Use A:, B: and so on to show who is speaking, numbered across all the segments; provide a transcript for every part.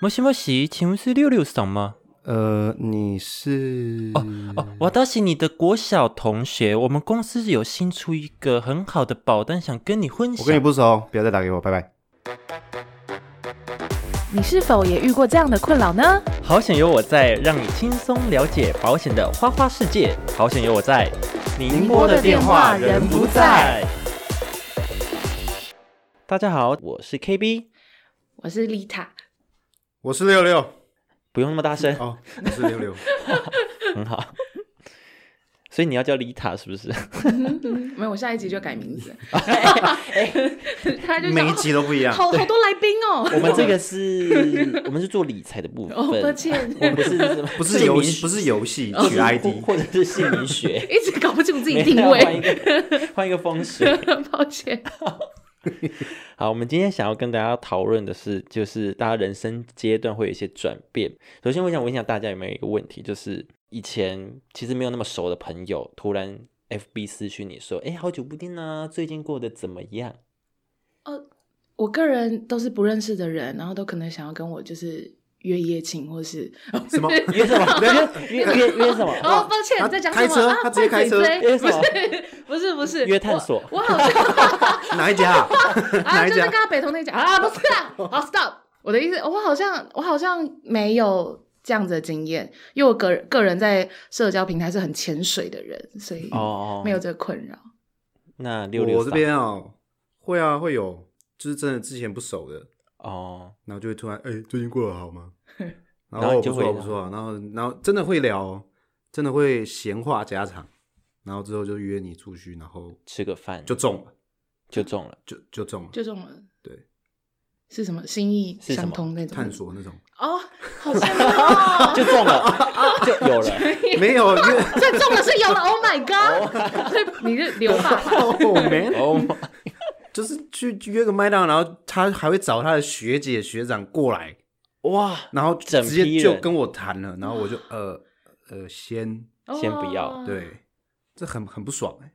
A: もしもし，请问是六六桑吗？
B: 呃，你是
A: 哦，我倒是你的国小同学，我们公司有新出一个很好的保单，想跟你分
B: 我跟你
A: 享。
B: 不熟，哦不要再打给我，拜拜。
C: 你是否也遇过这样的困扰呢？
A: 好险有我在，让你轻松了解保险的花花世界。好险有我在，
B: 您拨的电话人
C: 不在。
A: 大家好，我是 KB，
C: 我是丽塔，
B: 我是六六
A: 不用那么大声，
B: 哦，我是六六，
A: 很好。所以你要叫丽塔是 不是？
C: 没有，我下一集就改名 字。哎他 就
B: 每一
C: 想，
B: 集啊都不一样。
C: 好好多来宾
A: 我
C: 哦。
A: 们这个是，我们是做理财的部分，
C: 哦抱歉
A: 我们不是
B: 不是游
A: 姓
B: 戏，不是游戏，
A: 名
B: 取 ID
A: 哦或者是姓名学，
C: 一直搞不 清楚自己定
A: 没有换一
C: 位，
A: 个 换一个风水。
C: 抱歉。
A: 好，我们今天想要跟大家讨论的是，就是大家人生阶段会有一些转变。首先，我想问一下大家有没有一个问题，就是以前其实没有那么熟的朋友，突然 FB 私讯你说：“哎、好久不见啊，最近过得怎么样
C: 我个人都是不认识的人，然后都可能想要跟我就是约夜情，或是
B: 什么？？”
A: 约什么？ 约约约约什么？
C: 哦，抱歉，
B: 他
C: 你在讲什
B: 开
C: 么
B: 车
C: 啊？
B: 他直接
C: 快
B: 开车
C: 嘴
A: 约
C: 追
A: 什么？
C: 不是不是
A: 约探索
C: 我我好 像
B: 哪一家啊？
C: 啊，
B: 哪一
C: 就是
B: 家
C: 刚？刚北通那讲啊，不是啊，好 stop。我的意思，我好像我好像没有这样子的经验，因为我个个人在社交平台是很潜水的人，所以
A: 哦，
C: 嗯没有。这个困扰。
A: 那六六
B: 我这边哦，会啊，会有，就是真的之前不熟的，
A: 哦，
B: 然后就会突然，哎，最近过得 好吗？然
A: 然后
B: 后
A: 你
B: 我
A: 就
B: 不
A: 会
B: 错，我不错，然后然后真的会聊哦，真的会闲话家常，然后之后就约你出去，然后
A: 吃个饭
B: 就中了，
A: 就中了。
B: 就就中了，
C: 就这种人
B: 对，
C: 是什么心意
A: 是什么
C: 相通那种
B: 探索那种。
C: 哦，好像 哦，
A: 就中了，就有了。
B: 没有，因为
C: 这中了是有了，Oh my god！对你是留发
B: 哦没
A: 哦，
B: 就是去约个麦当劳，然后他还会找他的学姐学长过来，
A: 哇，
B: 然后
A: 整
B: 直接
A: 批
B: 就
A: 人
B: 跟我谈了，然后我就呃呃 先
A: 先不要
C: 哦，
B: 对，这很很不爽哎、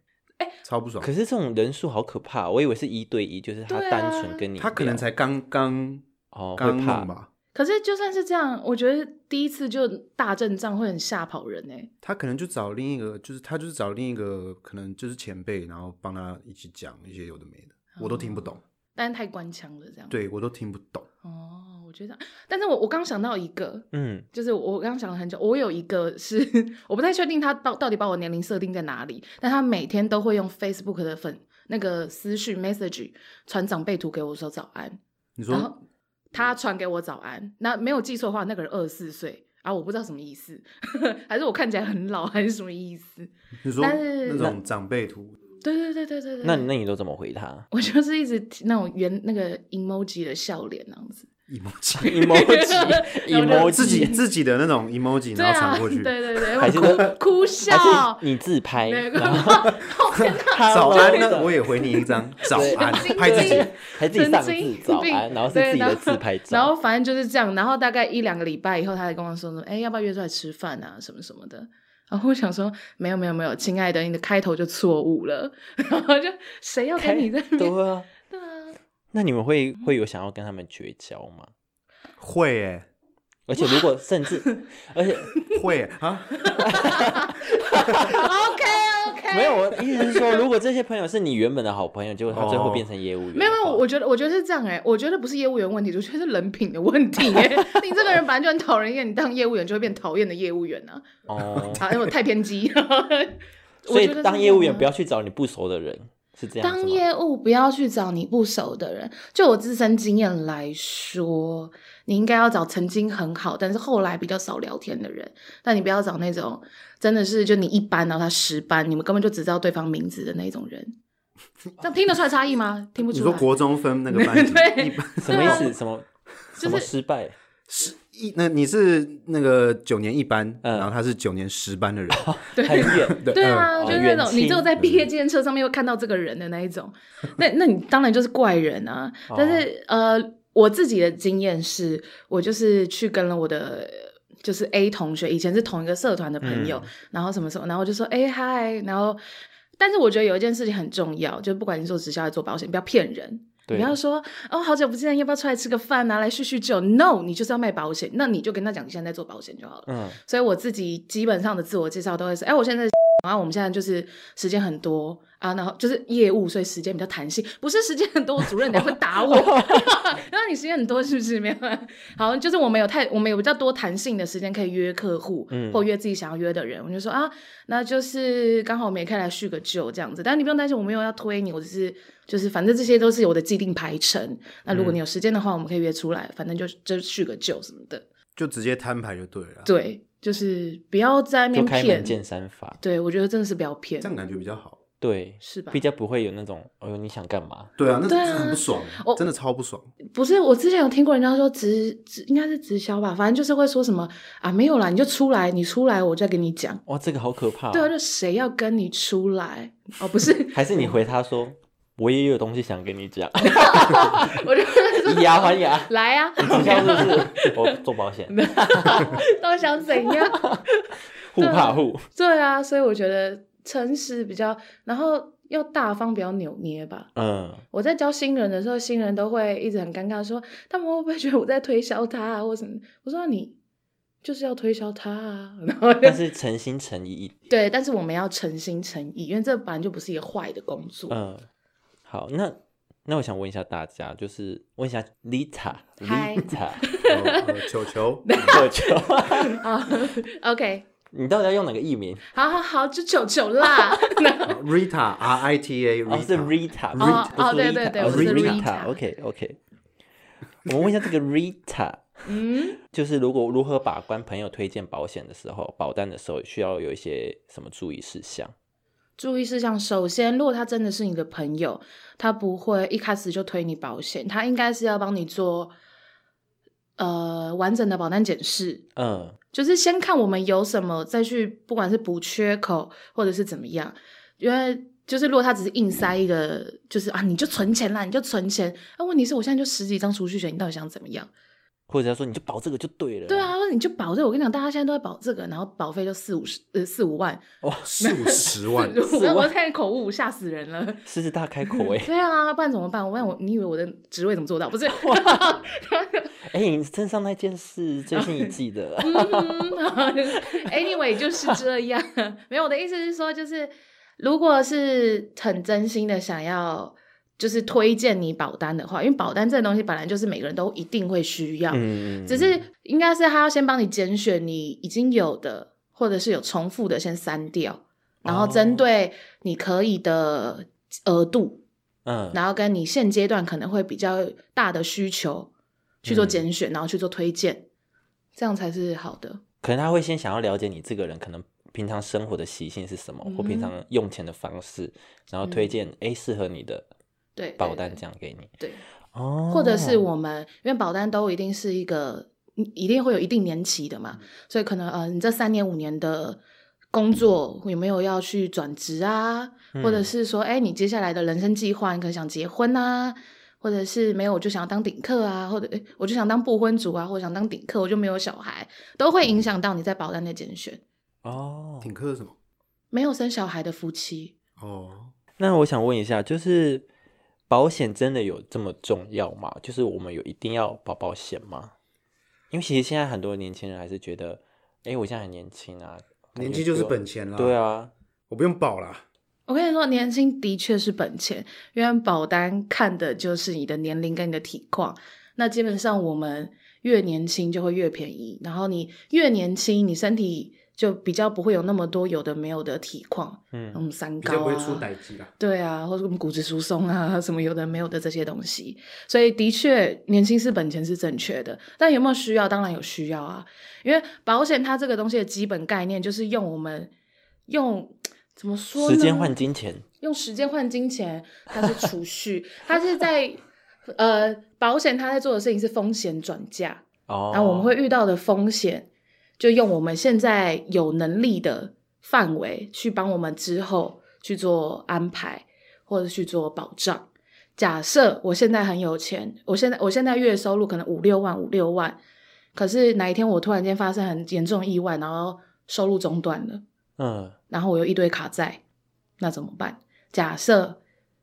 C: 哎
B: 超不爽
A: 可。是这种人数好可怕，我以为是一对一，就是他
C: 对啊
A: 单纯跟你聊，
B: 他可能才刚刚
A: 哦会
B: 刚
A: 怕
B: 弄，吧，
C: 可是就算是这样，我觉得第一次就大阵仗会很吓跑人哎、
B: 他可能就找另一个，就是他就是找另一个可能就是前辈，然后帮他一起讲一些有的没的，我都听不
C: 哦
B: 懂，
C: 但是太官腔了这样。，
B: 对我都听不懂。
C: 哦，我觉得，但是我我刚想到一个，
A: 嗯，
C: 就是我刚想了很久，我有一个是 我不太确定他到到底把我年龄设定在哪里，但他每天都会用 Facebook 的粉那个私讯 message 传长辈图给我说早安，
B: 你
C: 然后
B: 说
C: 他传给我早安，那没有记错的话，那个人二十四岁。啊，我不知道什么意思， 还是我看起来很老，还是什么意思？
B: 你说
C: 但是
B: 那种长辈图，
C: 对对对对对对。
A: 那你那你都怎么回 他
C: 我就是一直提那种圆那个 emoji 的笑脸那样子，
B: emoji，
C: 然后
A: ？emoji，emoji，
C: 就
B: 自己自己的那种 emoji，
C: 对
B: 然后
C: 啊，
B: 传过去
C: 对，对对，
A: 还是那
C: 哭哭笑
A: 还，是你自拍？
C: 那个
A: 然 后
B: 早安呢，
A: Hello
B: 我也回你 一张早安
C: 神，经
B: 拍自己
C: 病。
A: 还自己上
C: 神
A: 字
C: 经
A: 早
C: 病
A: 安，然后是
C: 对
A: 自己
C: 然
A: 的
C: 后
A: 自拍照，
C: 然后反正就是这样，然后大概一两个礼拜以后，他才跟我说什么，哎，要不要约出来吃饭啊，什么什么的。然后我想说，没有没有没有，亲爱的，你的开头就错误了。 然后就谁要跟你在那边？
A: 对啊。
C: 对啊，
A: 那你们会会有想要跟他们绝交吗？
B: 会哎、
A: 而且如果甚 至，而且
B: 会欸啊，
C: OK OK，
A: 没有，我意思是说，如果这些朋友是你原本的好朋友，结果他最后
B: 哦
A: 变成业务员的话，
C: 没有没有，我觉得我觉得是这样哎、我觉得不是业务员问题，我觉得是人品的问题哎、 你这个人本来就很讨人厌，你当业务员就会变讨厌的业务员啊，
A: 哦，
C: 啊， 因为我太偏激。
A: 所以当业务员不
C: 要。
A: 要去找你不熟的人，是这样子吗
C: 啊当业务不要去找你不熟的人。就我自身经验来说，你应该要找曾经很好，但是后来比较少聊天的人。但你不要找那种真的是就你一班，然后他十班，你们根本就只知道对方名字的那种人。这样听得出来差异吗？听不
B: 你
C: 出
B: 说
C: 来。
B: 国中分那个班级，
C: 对
B: 一班
A: 什么意
C: 对
A: 思？什么什么失败？
B: 十一，那你是那个九年一班，
A: 嗯
B: 然后他是九年十班 的人，
A: 很远，
B: 对
C: 对啊，
A: 嗯
C: 就是
A: 远
C: 那种你
A: 亲
C: 只有在毕业纪念册上面会看到这个人的那一种，那 那你当然就是怪人啊。
A: 哦
C: 但是、呃，我自己的经验是，我就是去跟了我的就是 A 同学，以前是同一个社团的朋
A: 嗯
C: 友，然后什么什么，然后我就说哎嗨，然后但是我觉得有一件事情很重要，就是不管你做直销还是做保险，不要骗人。
A: 对
C: 你要说哦，好久不见，要不要出来吃个饭啊，来叙叙旧？No，你就是要卖保险，那你就跟他讲你现在在做保险就好了。
A: 嗯，
C: 所以我自己基本上的自我介绍都会是，哎，我现在是然后我们现在就是时间很多啊，然后就是业务，所以时间比较弹性，不是时间很多，我主任也会打我。 然后你时间很多是不是没有？好，就是我们有太我们有比较多弹性的时间可以约客户，
A: 嗯
C: 或约自己想要约的人，我就说啊，那就是刚好我们也可以来叙个旧这样子，但你不用担心，我没有要推你，我只是就是反正这些都是我的既定排程。那如果你有时间的话，我们可以约出来，反正就就叙个旧什么的。
B: 就直接摊牌就对了。，
C: 对，就是不要在那
A: 就
C: 边
A: 啊开门
C: 骗。
A: 见山法，
C: 对，我觉得真的是不要骗
B: 这，样感觉比较好。
A: 对，
C: 是吧
A: 比？较不会有那种，哎呦，你想干嘛？
B: 对啊，那
C: 对
B: 真
C: 啊
B: 的很不爽
C: 我，
B: 真的超不爽。
C: 不是，我之前有听过人家说直直应该是直销吧，反正就是会说什么啊，没有啦，你就出来，你出来，我再跟你讲。
A: 哇，这个好可怕哦、
C: 对啊，就谁要跟你出来？哦， 不是，
A: 还是你回他说，我也有东西想跟你 讲，
C: 我就
A: 以牙 还牙，
C: 来啊，
A: 你像是不是？我做保险，
C: 到底想怎样？
A: 互怕互，
C: 对啊，所以我觉得诚实比较，然后要大方，不要扭捏吧。
A: 嗯，
C: 我在教新人的时候，新人都会一直很尴尬说，他们会不会觉得我在推销他啊，或什么？我说你就是要推销他啊， 然 后就
A: 但是诚心诚意一点，
C: 对，但是我们要诚心诚意，因为这本来就不是一个坏的工作。
A: 嗯，好，那那我想问一下大家，就是问一下
C: 嗨
A: Lita，Lita，
B: 哦呃球球，
A: 我就
C: 啊 OK，
A: 你到底要用哪个艺名？
C: 好好好，就九九啦。
B: 呃 Rita R I T A
A: 哦，是
B: Rita，
A: Rita，
C: 哦
A: 不是
C: 哦对对对
A: Lita，哦
B: 我是
C: Rita
A: Rita，OK OK。我们问一下这个 Rita，
C: 嗯，
A: 就是如果如何把关朋友推荐保险的时候，保单的时候需要有一些什么注意事项？
C: 注意事项，首先，如果他真的是你的朋友，他不会一开始就推你保险，他应该是要帮你做呃完整的保单检视，
A: 嗯，
C: 就是先看我们有什么，再去不管是补缺口或者是怎么样，因为就是如果他只是硬塞一个，就是啊你就存钱啦，你就存钱，那、问题是我现在就十几张储蓄险，你到底想怎么样？
A: 或者说你就保这个就对了。
C: 对啊，，你就保这个，我跟你讲，大家现在都在保这个，然后保费就四五十呃四五万，，
B: 四五十万
C: 我我看口误吓死人了。
A: 狮子大开口 哎、欸，
C: 对啊，不然怎么办？我问我，你以为我的职位怎么做到？不是，
A: 哎、你身上那件是最新一季 的，
C: Anyway，就是这样。没有，我的意思是说，就是如果是很真心的想要，就是推荐你保单的话，因为保单这东西本来就是每个人都一定会需要，
A: 嗯，
C: 只是应该是他要先帮你拣选你已经有的，或者是有重复的，先删掉，然后针对你可以的额度，
A: 嗯，
C: 然后跟你现阶段可能会比较大的需求去做拣选，然后去做推荐，这样才是好的。
A: 可能他会先想要了解你这个人，可能平常生活的习性是什么，或平
C: 嗯
A: 常用钱的方式，然后推荐哎适、合你的
C: 对，对
A: 保单
C: 对
A: 这样给你
C: 对，
A: 哦，
C: 或者是我们因为保单都一定是一个，你一定会有一定年期的
A: 嗯
C: 嘛，所以可能呃，你这三年五年的工作有没有要去转职啊，或者
A: 嗯
C: 是说，哎，你接下来的人生计划，你可能想结婚啊。或者是没有，我就想要当顶客啊，或者哎，我就想当不婚族啊，或者想当顶客，我就没有小孩，都会影响到你在保单的拣选。
A: 哦，
B: 挺克什么？
C: 没有生小孩的夫妻，
B: 哦，
A: 那我想问一下，就是保险真的有这么重要吗？就是我们有一定要保保险吗？因为其实现在很多年轻人还是觉得，哎、我现在很年轻啊，感
B: 年
A: 觉
B: 纪就是
A: 不用
B: 本钱啦。
A: 对，啊，
B: 我不用保啦。
C: 我跟你说，年轻的确是本钱，因为保单看的就是你的年龄跟你的体况。那基本上我们越年轻就会越便宜，然后你越年轻，你身体就比较不会有那么多有的没有的体况，
A: 嗯，
C: 嗯，三
B: 比较不
C: 高
B: 会出
C: 啊，
B: 歹机啦。
C: 对啊，或者什么骨质疏松啊，什么有的没有的这些东西。所以的确，年轻是本钱是正确的，但有没有需要？当然有需要啊，因为保险它这个东西的基本概念就是用我们用怎么说呢？
A: 时间换金钱，
C: 用时间换金钱，它是储蓄，它是在呃保险，它在做的事情是风险转嫁，
A: 哦，
C: 啊然后我们会遇到的风险，就用我们现在有能力的范围去帮我们之后去做安排或者去做保障。假设我现在很有钱，我现在我现在月收入可能五六万五六万，可是哪一天我突然间发生很严重的意外，然后收入中断了。
A: 嗯
C: 然后我有一堆卡债，那怎么办？假设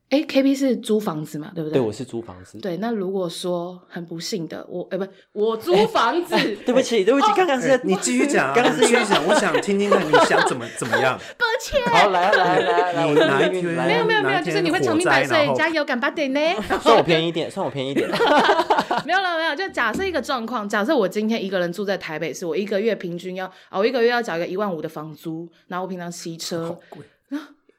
C: 哎，KB 是租房子嘛，对不
A: 对，
C: 对？
A: 我是租房子。
C: 对那如果说很不幸的，我哎不， 我租房 子，
A: 哎对不起，对不
C: 哦
A: 起，刚刚是
B: 哎你继续 讲啊，
A: 刚刚
B: 你
A: 是
B: 继续讲，我想听听看你想怎么怎么 样。
C: 抱歉，
A: 好来啊来啊来啊来啊，
B: 你
A: 我的
B: 哪一
A: 命
B: 天
A: 运来
C: 没
A: 啊
C: 有没有没
B: 哪
C: 有，
B: 一
C: 就
B: 天
C: 是你会长命
B: 火灾
C: 百岁
B: 然，后
C: 加油，干巴点 呢。
A: 算我便宜一点，算我便宜一点。
C: 没有了，没有。就假设一个状况，假设我今天一个人住在台北市，我一个月平均要啊，我一个月要缴一个一万五的房租，然后我平常骑车，
B: 贵，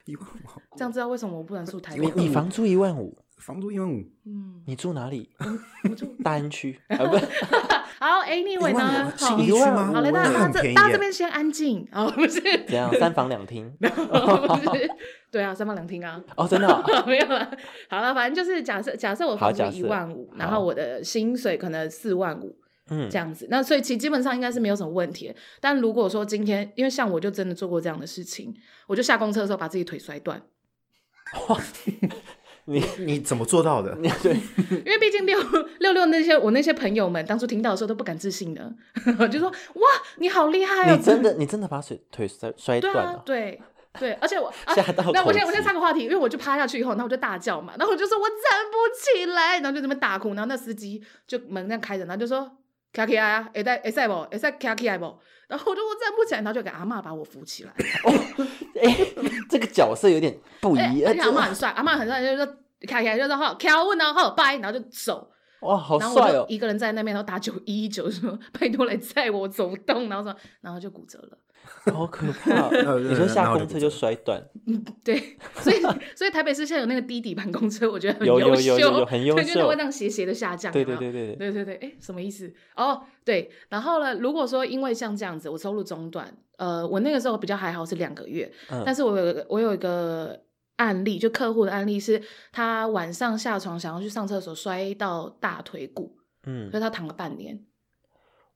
B: 一万五，
C: 这样知道为什么我不能住台
A: 你
C: 北？
A: 你房租一万五，
B: 房租一万五，
C: 嗯，
A: 你住哪里？
C: 我住。
A: 大安区啊，不是
C: 好，anyway
B: 一
C: 呢
B: 万，五，
C: 好
B: 新，义区吗？
C: 好了，大
B: 那
C: 家
B: 很
C: 这
B: 便宜
C: 大家这
B: 耶。
C: 边先安静，哦，不是，
A: 怎样？三房两厅
C: 不是， 对啊，三房两厅啊。
A: 哦，真的 哦
C: 没有了，好了，反正就是假设假设我
A: 好
C: 房租
A: 假设
C: 一万五，然
A: 好
C: 后我的薪水可能四万五，
A: 嗯
C: 这样子。那所以其实基本上应该是没有什么问题的。但如果说今天，因为像我就真的做过这样的事情，我就下公车的时候把自己腿摔断，
A: 你
B: 你怎么做到的？
A: 你对
C: 因为毕竟六六六那些我那些朋友们当初听到的时候都不敢置信的， 就说哇你好厉害哦，
A: 你真的你真的把水腿摔摔
C: 对
A: 断
C: 啊
A: 了，
C: 对。对，而且我啊
A: 吓到
C: 那我
A: 口
C: 现在我现在
A: 急
C: 插个话题，因为我就趴下去以后，然后我就大叫嘛，然后我就说我站不起来，然后就这边大哭，然后那司机就门那样开着，然后就说卡起来啊，哎在哎在不哎在卡起来不，然后我就我站不起来，然后就给阿嬷把我扶起来，
A: 哎，这个角色有点不
C: 哎
A: 一，
C: 而
A: 样
C: 且，阿嬷很帅，阿嬷很帅，就是说卡起来就是好，卡问然后拜，然后就走，
A: 哇，好
C: 然后我
A: 帅
C: 就
A: 哦！
C: 一个人在那边，然后打九一一九说 拜托来载我，我走不动，然后说然后就骨折了。
A: 好可怕哦！
B: 呃
A: 你说下
B: 然后
A: 公车就摔断，
C: 对，所以所以台北市现在有那个低底盘公车，我觉得很
A: 有有有
C: 秀，
A: 有有很优
C: 对，就是它
A: 秀
C: 会这样斜斜的下降，
A: 对
C: 有没
A: 对
C: 有
A: 对对对，
C: 对对对，哎，什么意思？哦，对，然后呢，如果说因为像这样子，我收入中断，呃，我那个时候比较还好是两个月，
A: 嗯
C: 但是我有一个我有一个案例，就客户的案例是，他晚上下床想要去上厕所，摔到大腿骨，所
A: 嗯，
C: 以他躺了半年。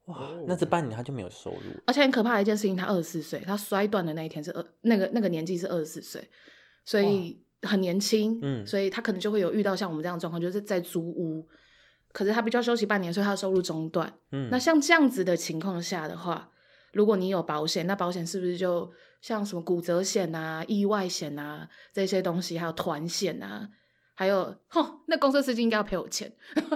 A: 哇，那这半年他就没有收入，
C: 而且很可怕的一件事情，他二十四岁，他摔断的那一天是二那个那个年纪是二十四岁，所以很年轻，
A: 嗯
C: 所以他可能就会有遇到像我们这样的状况，就是在租屋，可是他必须要休息半年，所以他的收入中断。
A: 嗯
C: 那，像这样子的情况下的话，如果你有保险，那保险是不是就像什么骨折险啊、意外险啊这些东西，还有团险啊？还有，吼，那公车司机应该要赔我钱，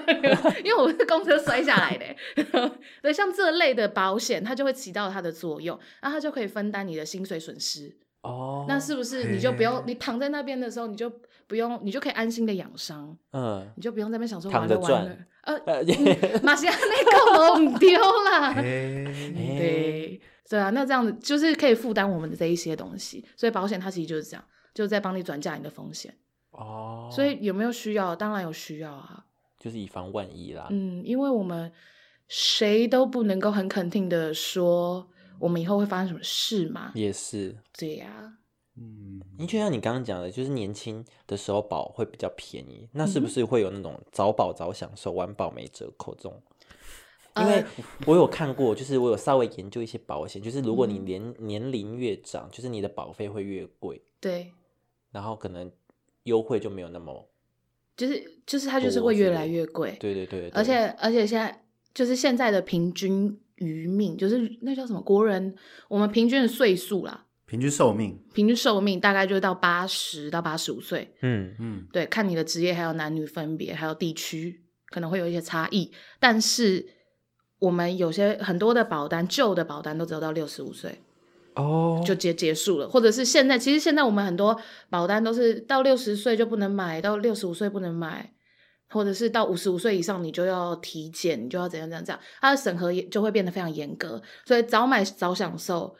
C: 因为我是公车摔下来的。 对，像这类的保险，它就会起到它的作用，那它就可以分担你的薪水损失。
A: 哦，
C: 那是不是你就不用
B: 嘿
C: 你躺在那边的时候，你就不用，你就可以安心的养伤，
A: 嗯，
C: 你就不用在那边想说
A: 躺
C: 完了
A: 着
C: 完
A: 赚
C: 了，呃，
A: 呃，
C: 马西亚那个我丢啦。
B: 哎，
A: 嘿
C: 对对啊，那这样子就是可以负担我们的这一些东西，所以保险它其实就是这样，就在帮你转嫁你的风险。
A: 哦，
C: 所以有没有需要？当然有需要啊，
A: 就是以防万一啦。
C: 嗯，因为我们谁都不能够很肯定的说我们以后会发生什么事嘛。
A: 也是，
C: 对呀、
B: 嗯，
A: 你就像你刚刚讲的，就是年轻的时候保会比较便宜，那是
C: 嗯
A: 不
C: 哼
A: 是会有那种早保早享受，晚保没折扣这种？因为
C: 呃，
A: 我有看过，就是我有稍微研究一些保险，就是如果你
C: 嗯
A: 年年龄越长，就是你的保费会越贵，
C: 对，
A: 然后可能优惠就没有那么，
C: 就是就是它就是
A: 多
C: 会
A: 之
C: 越
A: 类
C: 来
A: 的
C: 越贵，
A: 对对对对，
C: 而且而且现在就是现在的平均余命，就是那叫什么国人我们平均的岁数啦，
B: 平均寿命，
C: 平均寿命大概就是到八十到八十五岁。
A: 嗯，
B: 嗯，
C: 对，看你的职业，还有男女分别，还有地区，可能会有一些差异。但是我们有些很多的保单，旧的保单都只有到六十五岁
A: 哦，
C: 就结结束了，或者是现在，其实现在我们很多保单都是到六十岁就不能买，到六十五岁不能买。或者是到五十五岁以上，你就要体检，你就要怎样怎样怎样，它的审核也就会变得非常严格。所以早买早享受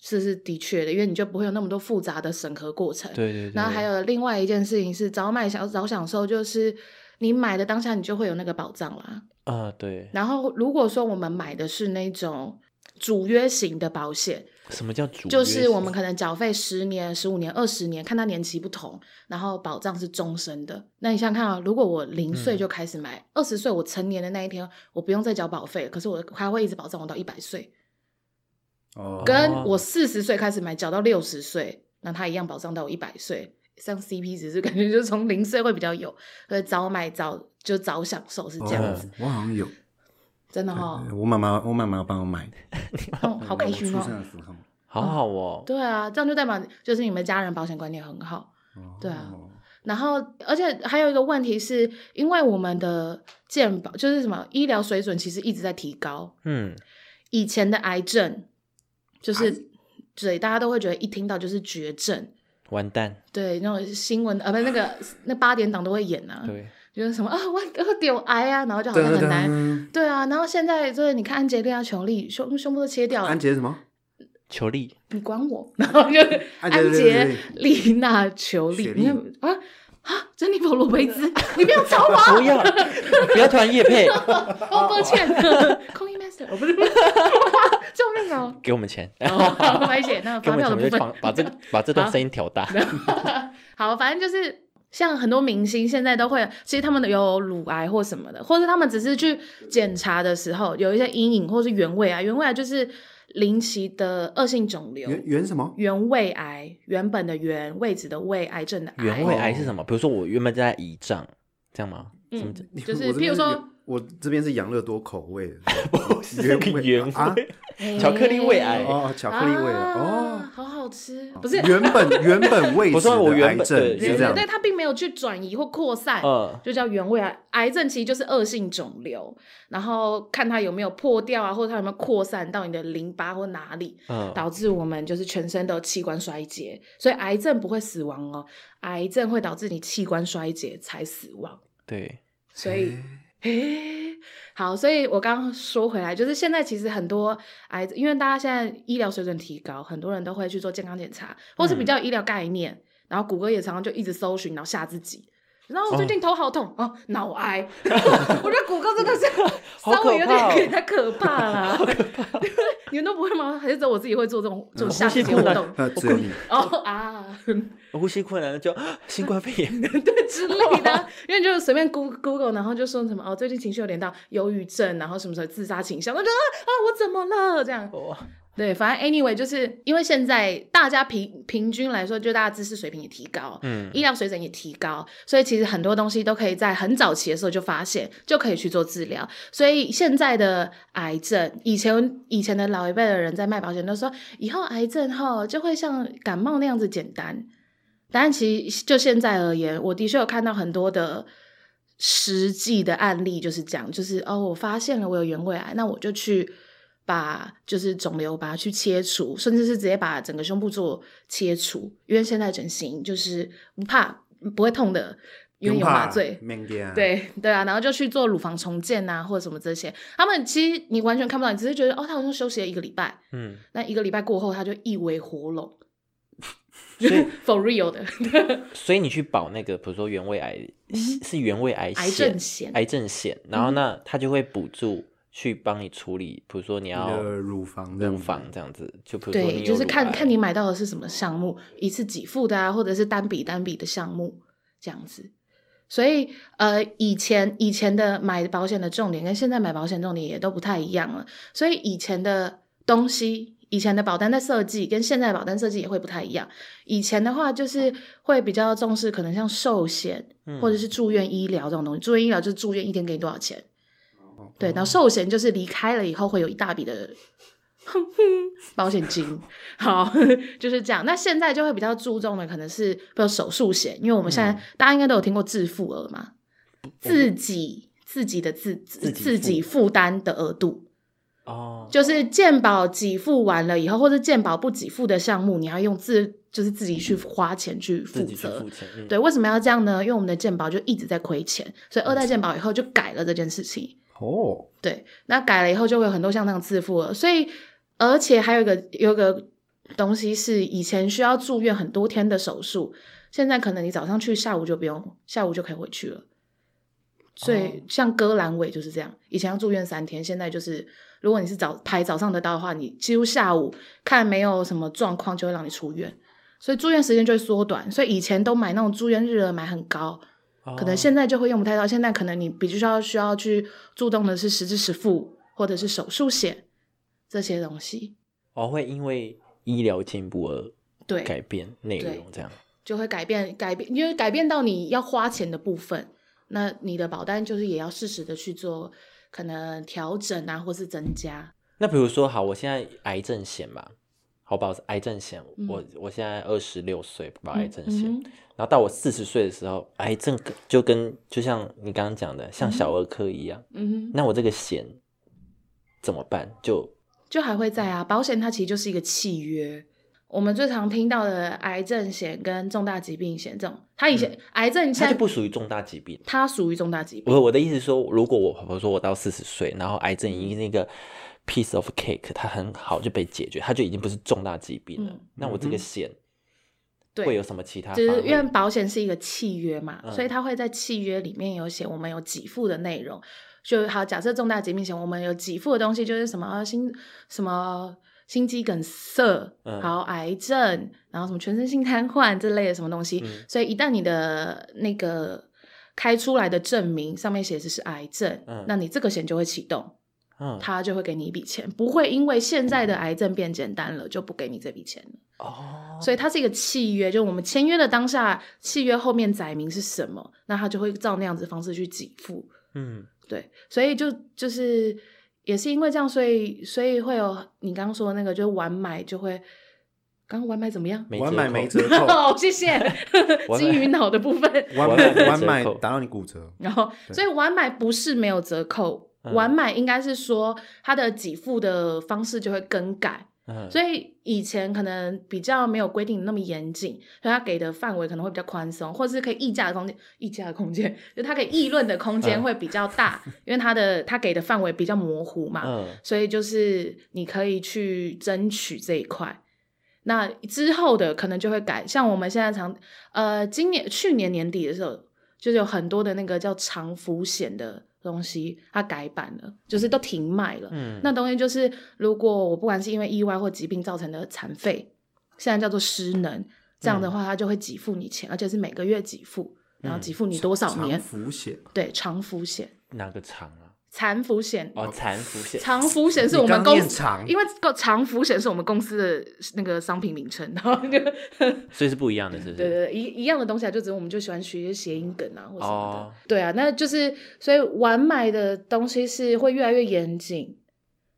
C: 是是的确的，因为你就不会有那么多复杂的审核过程。
A: 对对对，
C: 然后还有另外一件事情是早买小早享受，就是你买的当下你就会有那个保障啦。
A: 啊，对，
C: 然后如果说我们买的是那种主约型的保险，
A: 什么叫主？
C: 就是我们可能缴费十年、十五年、二十年，看它年期不同，然后保障是终身的。那你想想看啊，如果我零岁
A: 嗯
C: 就开始买，二十、岁我成年的那一天，我不用再缴保费了，可是我还会一直保障我到一百岁，
B: 哦，
C: 跟我四十岁开始买，缴到六十岁，那它一样保障到我一百岁。像 CP 值是感觉就是从零岁会比较有，所以早买早就早享受是这样子，
B: 哦我好像有，呃
C: 真的哈、
B: 我妈妈，我妈妈帮我买，
C: 哦，好开
B: 我
C: 心
B: 出生
C: 哦。
B: 的时候，
A: 好好哦，
C: 对啊，这样就代表就是你们家人保险观念很好。对啊
B: 哦，
C: 然后，而且还有一个问题是，因为我们的健保就是什么医疗水准其实一直在提高。
A: 嗯，
C: 以前的癌症就是
B: 癌
C: 对大家都会觉得一听到就是绝症，
A: 完蛋，
C: 对那种新闻呃不是那个那八点档都会演啊，
A: 对，
C: 就是什么啊我我得癌啊，然后就好
B: 噔
C: 像很难。
B: 噔，
C: 对啊，然后现在就是你看安吉丽娜琼丽胸胸部都切掉了
B: 安，杰是什么？
A: 球力
C: 你管我，然后就是
B: 安
C: 安
B: 吉
C: 杰
B: 丽
C: 丽娜裘丽
B: 雪，
C: 你
B: 莉
C: 看啊啊，珍妮佛罗培兹，你不要找我，啊
A: 不要 不要突然夜配，
C: 哦，抱歉，Call me master，我不是， 救命哦！
A: 给我们钱，
C: 哦，好拍写那
A: 给
C: 发
A: 我们
C: 票
A: 钱，
C: 的
A: 我们
C: 部
A: 就把把
C: 分，啊
A: 这个把这段声音调大。
C: 好，反正就是像很多明星现在都会，其实他们有乳癌或什么的，或者他们只是去检查的时候有一些阴影，或是原位啊癌，原位癌就是临期的恶性肿瘤，
B: 原原什么？
C: 原位癌，原本的原位置的位，癌症的癌，
A: 原位癌是什么？比如说我原本在胰脏，这样吗？怎么
C: 嗯
A: 讲？，
C: 就是
B: 我这
C: 譬
B: 边
C: 如说，
B: 我这边是养乐多口味的，
A: 是那个原
B: 啊
A: 位，巧克力胃癌
B: 哦，巧克力味的
C: 哎啊
B: 哦，
C: 好好吃，不是
B: 原本原本位
A: 不
B: 置
A: 是我
B: 的
A: 原
B: 癌
A: 本
B: 症
A: 对
B: 是
C: 对
A: 原
B: 这
C: 对
B: 样，
C: 对，它并没有去转移或扩散，
A: 嗯，
C: 就叫原位癌。癌症其实就是恶性肿瘤，然后看它有没有破掉啊，或者它有没有扩散到你的淋巴或哪里，
A: 嗯
C: 导致我们就是全身都有器官衰竭。所以癌症不会死亡哦，癌症会导致你器官衰竭才死亡。
A: 对，
C: 所以， 诶，好，所以我刚刚说回来，就是现在其实很多癌，因为大家现在医疗水准提高，很多人都会去做健康检查，或
A: 嗯
C: 是比较有医疗概念，然后谷歌也常常就一直搜寻，然后吓自己。然后我最近头好痛哦，脑、 癌， 我觉得谷歌真的是
A: 好
C: 稍微有
A: 可怕
C: 点
A: 哦
C: 给它可 怕啦， 你们都不会吗？还是只有我自己会做这种这种吓自己的
A: 嗯呼吸
C: 活
A: 困
C: 动？
B: 呃，只有你
C: 哦啊，
A: 呼吸困难了就 新冠肺 炎，
C: 对之类的啊，因为就是随便 Google Google，然后就说什么哦，最近情绪有点到忧郁症，然后什么时候自杀倾向，我就觉得啊啊，我怎么了这样？
A: 哦
C: 对，反正 anyway，就是因为现在大家平平均来说，就大家知识水平也提高，
A: 嗯，
C: 医疗水准也提高，所以其实很多东西都可以在很早期的时候就发现，就可以去做治疗。所以现在的癌症，以前以前的老一辈的人在卖保险都说，以后癌症后就会像感冒那样子简单。但其实就现在而言，我的确有看到很多的实际的案例，就是讲，就是哦，我发现了我有原位癌，那我就去把就是肿瘤把它去切除，甚至是直接把整个胸部做切除，因为现在整形就是不怕不会痛的，因为有麻醉。
B: 免的啊，
C: 对对啊，然后就去做乳房重建啊，或者什么这些。他们其实你完全看不到，你只是觉得哦，他好像休息了一个礼拜，
A: 嗯，
C: 那一个礼拜过后他就一尾 活龙，
A: 所以
C: for real 的
A: 所以你去保那个，比如说原位癌是原位癌
C: 嗯癌
A: 险
C: 症嗯险。
A: 癌症险，然后那他就会补助去帮你处理，比如说你
B: 你
A: 要
B: 的乳房这样
A: 乳
B: 子
A: 房这样子，就比如说
C: 对，
A: 你
C: 就
A: 有
C: 是
A: 乳
C: 看
A: 癌
C: 看你买到的是什么项目，一次给付的啊，或者是单笔单笔的项目这样子。所以，呃，以前以前的买保险的重点跟现在买保险重点也都不太一样了，所以以前的东西，以前的保单的设计跟现在的保单设计也会不太一样。以前的话就是会比较重视可能像寿险
A: 嗯
C: 或者是住院医疗这种东西，住院医疗就是住院一天给你多少钱，
A: 哦
C: 对，然后寿险就是离开了以后会有一大笔的保险金，好， 就是这样。那现在就会比较注重的可能是比如手术险，因为我们现在、
A: 嗯
C: 大家应该都有听过自付额嘛，自己自己的自
A: 己
C: 自自己负担的额度，
A: 哦，
C: 就是健保给付完了以后，或者健保不给付的项目，你要用自就是自己去花钱去负
A: 自己去
C: 责
A: 付。钱，嗯
C: 对，为什么要这样呢？因为我们的健保就一直在亏钱，所以二代健保以后就改了这件事情。
B: 哦，
C: 对，那改了以后就会有很多像那样自付额，所以而且还有一个有一个东西是以前需要住院很多天的手术，现在可能你早上去，下午就不用，下午就可以回去了。所
A: 哦
C: 以像割阑尾就是这样，以前要住院三天，现在就是如果你是早排早上得到的话，你几乎下午看没有什么状况就会让你出院，所以住院时间就会缩短。所以以前都买那种住院日额买很高，可能
A: 哦
C: 现在就会用不太到，现在可能你比较需要去注重的是实支实付或者是手术险这些东西，
A: 哦会因为医疗进步而改
C: 对，
A: 变内
C: 对
A: 容这样，
C: 就会改变改变，因为改变到你要花钱的部分，那你的保单就是也要适时的去做可能调整啊，或是增加。
A: 那比如说，好，我现在癌症险嘛，我把我是癌症险，我我现在二十六岁保癌症险，
C: 嗯嗯哼
A: 然后到我四十岁的时候，癌症跟就跟就像你刚刚讲的，像小儿科一样，
C: 嗯哼，
A: 那我这个险怎么办？就
C: 就还会在啊。保险它其实就是一个契约。我们最常听到的癌症险跟重大疾病险这种，它以前、癌症
A: 嗯它
C: 现
A: 就
C: 在
A: 不属于重大疾病。
C: 它属于重大疾病，
A: 我我的意思是说，如果我婆婆说我到四十岁，然后癌症已经是一个 piece of cake，它很好就被解决，它就已经不是重大疾病了。
C: 嗯
A: 那我这个险
C: 对，
A: 会有什么其他
C: 就
A: 方面？
C: 是因为保险是一个契约嘛，
A: 嗯
C: 所以它会在契约里面有写我们有给付的内容。就好，假设重大疾病险，我们有给付的东西就是什么啊心什么心肌梗塞，
A: 嗯
C: 还有癌症，然后什么全身性瘫痪这类的什么东西。
A: 嗯
C: 所以一旦你的那个开出来的证明上面写的是癌症，
A: 嗯
C: 那你这个险就会启动，
A: 嗯
C: 它就会给你一笔钱，不会因为现在的癌症变简单了就不给你这笔钱了。
A: 哦，
C: 所以它是一个契约，就我们签约的当下，契约后面载明是什么，那他就会照那样子的方式去给付。
A: 嗯
C: 对，所以就就是也是因为这样，所以所以会有你刚刚说的那个，就是晚买就会，刚刚晚买怎么样？
A: 没
B: 完
A: 折
B: 买
A: 扣
B: 没折扣，
C: 哦，谢谢
A: 买
C: 金鱼脑的部分。
B: 完
A: 完买没
B: 买完
A: 折
B: 买
A: 扣
B: 打到你骨折，
C: 然后，
B: 对
C: 所以晚买不是没有折扣，
A: 嗯
C: 晚买应该是说它的给付的方式就会更改。
A: 嗯，
C: 所以以前可能比较没有规定那么严谨，所以他给的范围可能会比较宽松，或者是可以议价的空间，议价的空间，就他可以议论的空间
A: 嗯
C: 会比较 大，因为他的他给的范围比较模糊嘛，
A: 嗯
C: 所以就是你可以去争取这一块。那之后的可能就会改，像我们现在常呃，今年去年年底的时候，就是有很多的那个叫长福险的东西，它改版了，就是都停卖了。
A: 嗯
C: 那东西就是，如果我不管是因为意外或疾病造成的残废，现在叫做失能，这样的
A: 嗯
C: 话，它就会给付你钱，而且是每个月给付，然后给付你多少
B: 长
C: 年？
B: 浮险。
C: 对，长福险、
A: 哪个长啊？
C: 残福险、
A: 哦，残浮险。
C: 长福险是我
B: 你
C: 们
B: 刚
C: 公
B: 念
C: 司。
B: 长，
C: 因为这个长福险是我们公司的那个商品名称，然后就对
A: 所以是不一样的，是不
C: 对
A: 是？
C: 对一一样的东西啊，就只是我们就喜欢取一些谐音梗啊或什么的。
A: 哦，
C: 对啊，那就是所以晚买的东西是会越来越严谨，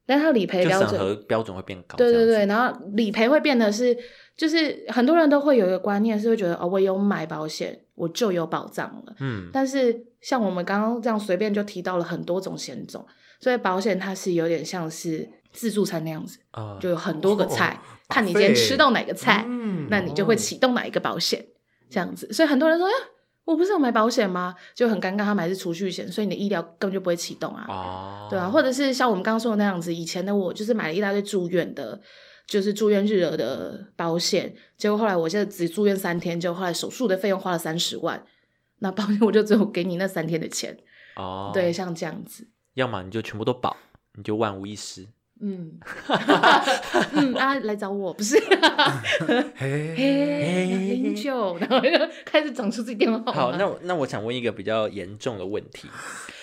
C: 但它理赔
A: 就
C: 标
A: 审
C: 准
A: 核标准会变高。
C: 对对
A: 这样
C: 对，
A: 子，
C: 然后理赔会变得是，就是很多人都会有一个观念，是会觉得哦，我有买保险，我就有保障了。
A: 嗯
C: 但是像我们刚刚这样随便就提到了很多种险种，所以保险它是有点像是自助餐那样子，
A: 啊，
C: 就有很多个菜，
A: 哦
C: 看你今
B: 费
C: 天吃到哪个菜，
B: 嗯
C: 那你就会启动哪一个保险，这样子。所以很多人说，哎、我不是有买保险吗？就很尴尬，他买的是储蓄险，所以你的医疗根本就不会启动啊。
A: 哦，
C: 对啊，或者是像我们刚刚说的那样子，以前的我就是买了一大堆住院的，就是住院日额的保险，结果后来我现在只住院三天，结果后来手术的费用花了三十万，那保险我就只有给你那三天的钱，
A: 哦，
C: 对，，像这样子，
A: 要么你就全部都保，你就万无一失。
C: 嗯， 嗯啊，来找我不是，
B: 嘿，
C: 嘿，零九，然后就开始长出自己电话号
A: 好，
C: 码，
A: 那我那我想问一个比较严重的问题。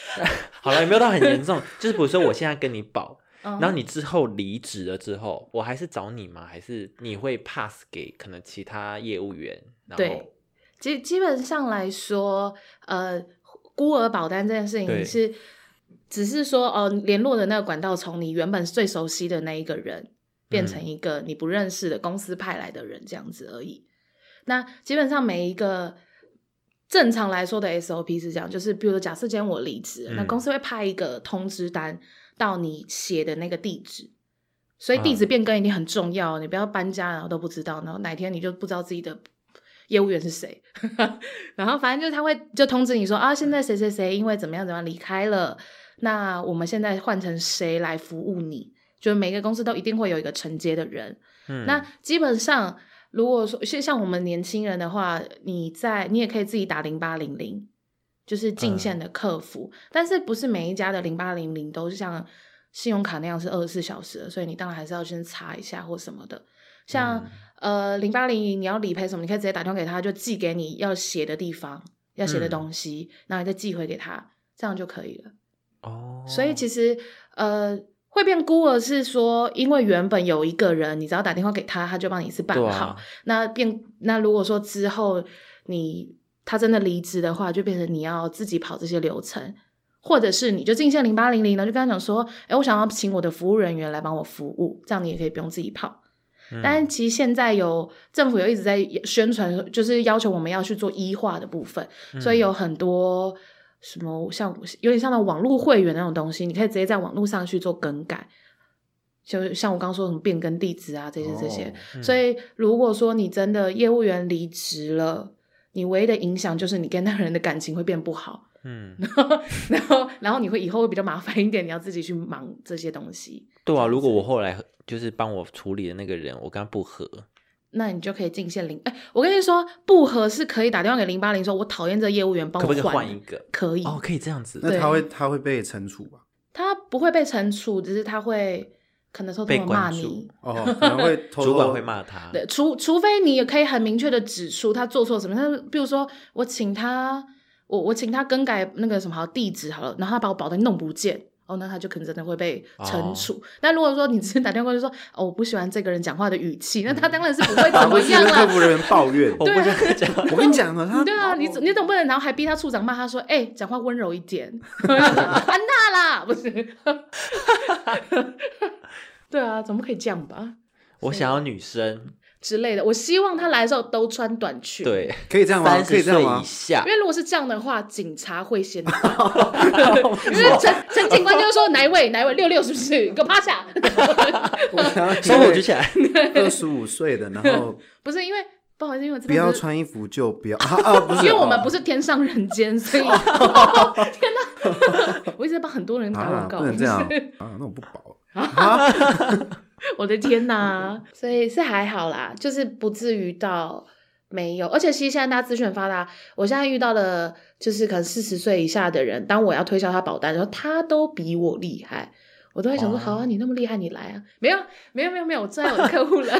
A: 好了，也没有到很严重，就是比如说我现在跟你保，
C: 嗯
A: 然后你之后离职了之后，我还是找你吗？还是你会 pass 给可能其他业务员？然后
C: 对基基本上来说，呃，孤儿保单这件事
A: 对
C: 情是，只是说，哦、联络的那个管道从你原本最熟悉的那一个人，变成
A: 嗯
C: 一个你不认识的公司派来的人这样子而已。那基本上每一个正常来说的 SOP 是这样，就是比如说假设今天我离职了，那
A: 嗯
C: 公司会派一个通知单到你写的那个地址，所以
A: 啊
C: 地址变更一定很重要，你不要搬家然后都不知道，然后哪天你就不知道自己的。业务员是谁？ 然后反正就是他会就通知你说啊，现在谁谁谁因为怎么样怎么样离开了，那我们现在换成谁来服务你？就是每个公司都一定会有一个承接的人，
A: 嗯，
C: 那基本上，如果说像像我们年轻人的话，你在你也可以自己打零八零零，就是进
A: 嗯
C: 线的客服，但是不是每一家的零八零零都是像信用卡那样是二十四小时的，所以你当然还是要先查一下或什么的。像、
A: 嗯
C: 呃零八零零你要理赔什么，你可以直接打电话给他，就寄给你要写的地方、要写的
A: 嗯
C: 东西，然后你再寄回给他，这样就可以了。
A: 哦，
C: 所以其实呃，会变孤儿是说，因为原本有一个人，你只要打电话给他，他就帮你是办
A: 对
C: 好。
A: 啊，
C: 那变那如果说之后你他真的离职的话，就变成你要自己跑这些流程。或者是你就进线零八零零呢，就跟他讲说，哎、我想要请我的服务人员来帮我服务，这样你也可以不用自己跑。
A: 嗯
C: 但是其实现在有政府有一直在宣传，就是要求我们要去做医化的部分，所
A: 嗯
C: 以有很多什么像有点像那种网络会员那种东西，你可以直接在网络上去做更改。就像我刚刚说什么变更地址啊，这些这些。
A: 哦
C: 所
A: 嗯
C: 以如果说你真的业务员离职了，你唯一的影响就是你跟那个人的感情会变不好，
A: 嗯，
C: 然后然后你会以后会比较麻烦一点，你要自己去忙这些东西。
A: 对啊，如果我后来就是帮我处理的那个人，我跟他不和，
C: 那你就可以进线零。哎，我跟你说，不合适可以打电话给零八零说，我讨厌这业务员，帮
A: 可
C: 我
A: 不可以换一个？
C: 可以，
A: 哦，可以这样子，
B: 那他会他会被惩处吧？
C: 他不会被惩处，只是他会可能偷偷
A: 被
C: 地
A: 关
C: 骂
A: 注啊
C: 你。
B: 哦，可能会偷偷
A: 主管会骂他，
C: 对，除除非你也可以很明确的指出他做错什么，他比如说我请他，我我请他更改那个什么好地址好了，然后他把我保单弄不见，哦，那他就可能真的会被
A: 哦
C: 惩处。但如果说你只是打电话就说，哦，我不喜欢这个人讲话的语气，那他当然是不会
B: 他
C: 怎么
B: 会去
C: 样
B: 跟
C: 啦
B: 客。服人员抱怨。
A: 我不
C: 啊
A: 就跟他讲，
B: 我跟你讲啊，他
C: 对啊，你总你总不能然后还逼他处长骂他说，哎、讲话温柔一点，安娜啦，不是？ 对啊，总不可以这样吧
A: 我想要女生，
C: 之类的。我希望他来的时候都穿短裙。
A: 对，
B: 可以这样吗？
A: 三
B: 可
A: 十
B: 以这样
A: 岁
B: 吗
A: 以？下
C: 因，为如果是这样的话，警察会先到，因为陈陈警官就说哪一位哪一位六六是不是？你给我趴下！
B: 我想要
A: 所以我就起来，
B: 二十五岁的，然 后
C: 不是因为不好意思，因为我 这
B: 不
C: 边
B: 要
C: 是
B: 穿衣服就不要啊啊！不是，
C: 因为我们
B: 哦
C: 不是天上人间，所以天哪！ 我一直在帮很多人打
B: 啊
C: 广，告，
B: 不能这样
C: 就是
B: 啊，那我不保。
C: 我的天呐！ 所以是还好啦，就是不至于到没有。而且其实现在大家资讯很发达，我现在遇到的就是可能四十岁以下的人，当我要推销他保单的时候，他都比我厉害。我都会想说，
A: 哦
C: 好啊，你那么厉害，你来啊！没有，没有，没有，没有，我最爱我的客户 了，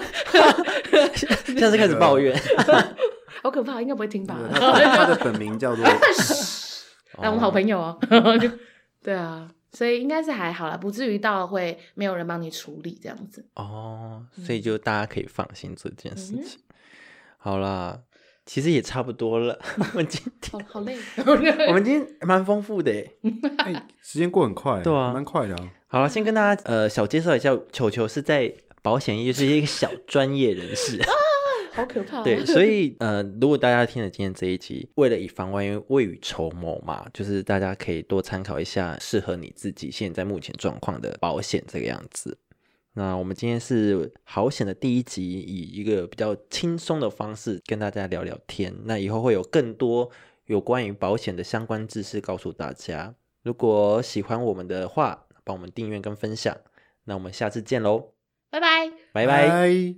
A: 现在开始抱怨，
C: 好可怕，应该不会听吧？
B: 对他他的本名 叫做
C: 啊，我们好朋友嗯 哦。对啊，所以应该是还好啦，不至于到会没有人帮你处理这样子。
A: 哦，所以就大家可以放心做这件事
C: 嗯
A: 情。好啦，其实也差不多了。我们今天
C: 好哦好 累，
A: 我们今天蛮丰富的耶。
B: 哎，时间过很快，
A: 对啊
B: 蛮快的啊。
A: 好了，先跟大家呃小介绍一下，球球是在保险业是一个小专业人士。
C: 好可怕、哦。
A: 对，所以呃，如果大家听了今天这一集，为了以防万一，未雨绸缪嘛，就是大家可以多参考一下适合你自己现在目前状况的保险这个样子。那我们今天是好险的第一集，以一个比较轻松的方式跟大家聊聊天。那以后会有更多有关于保险的相关知识告诉大家。如果喜欢我们的话，帮我们订阅跟分享。那我们下次见喽，
C: 拜拜。
A: 拜拜。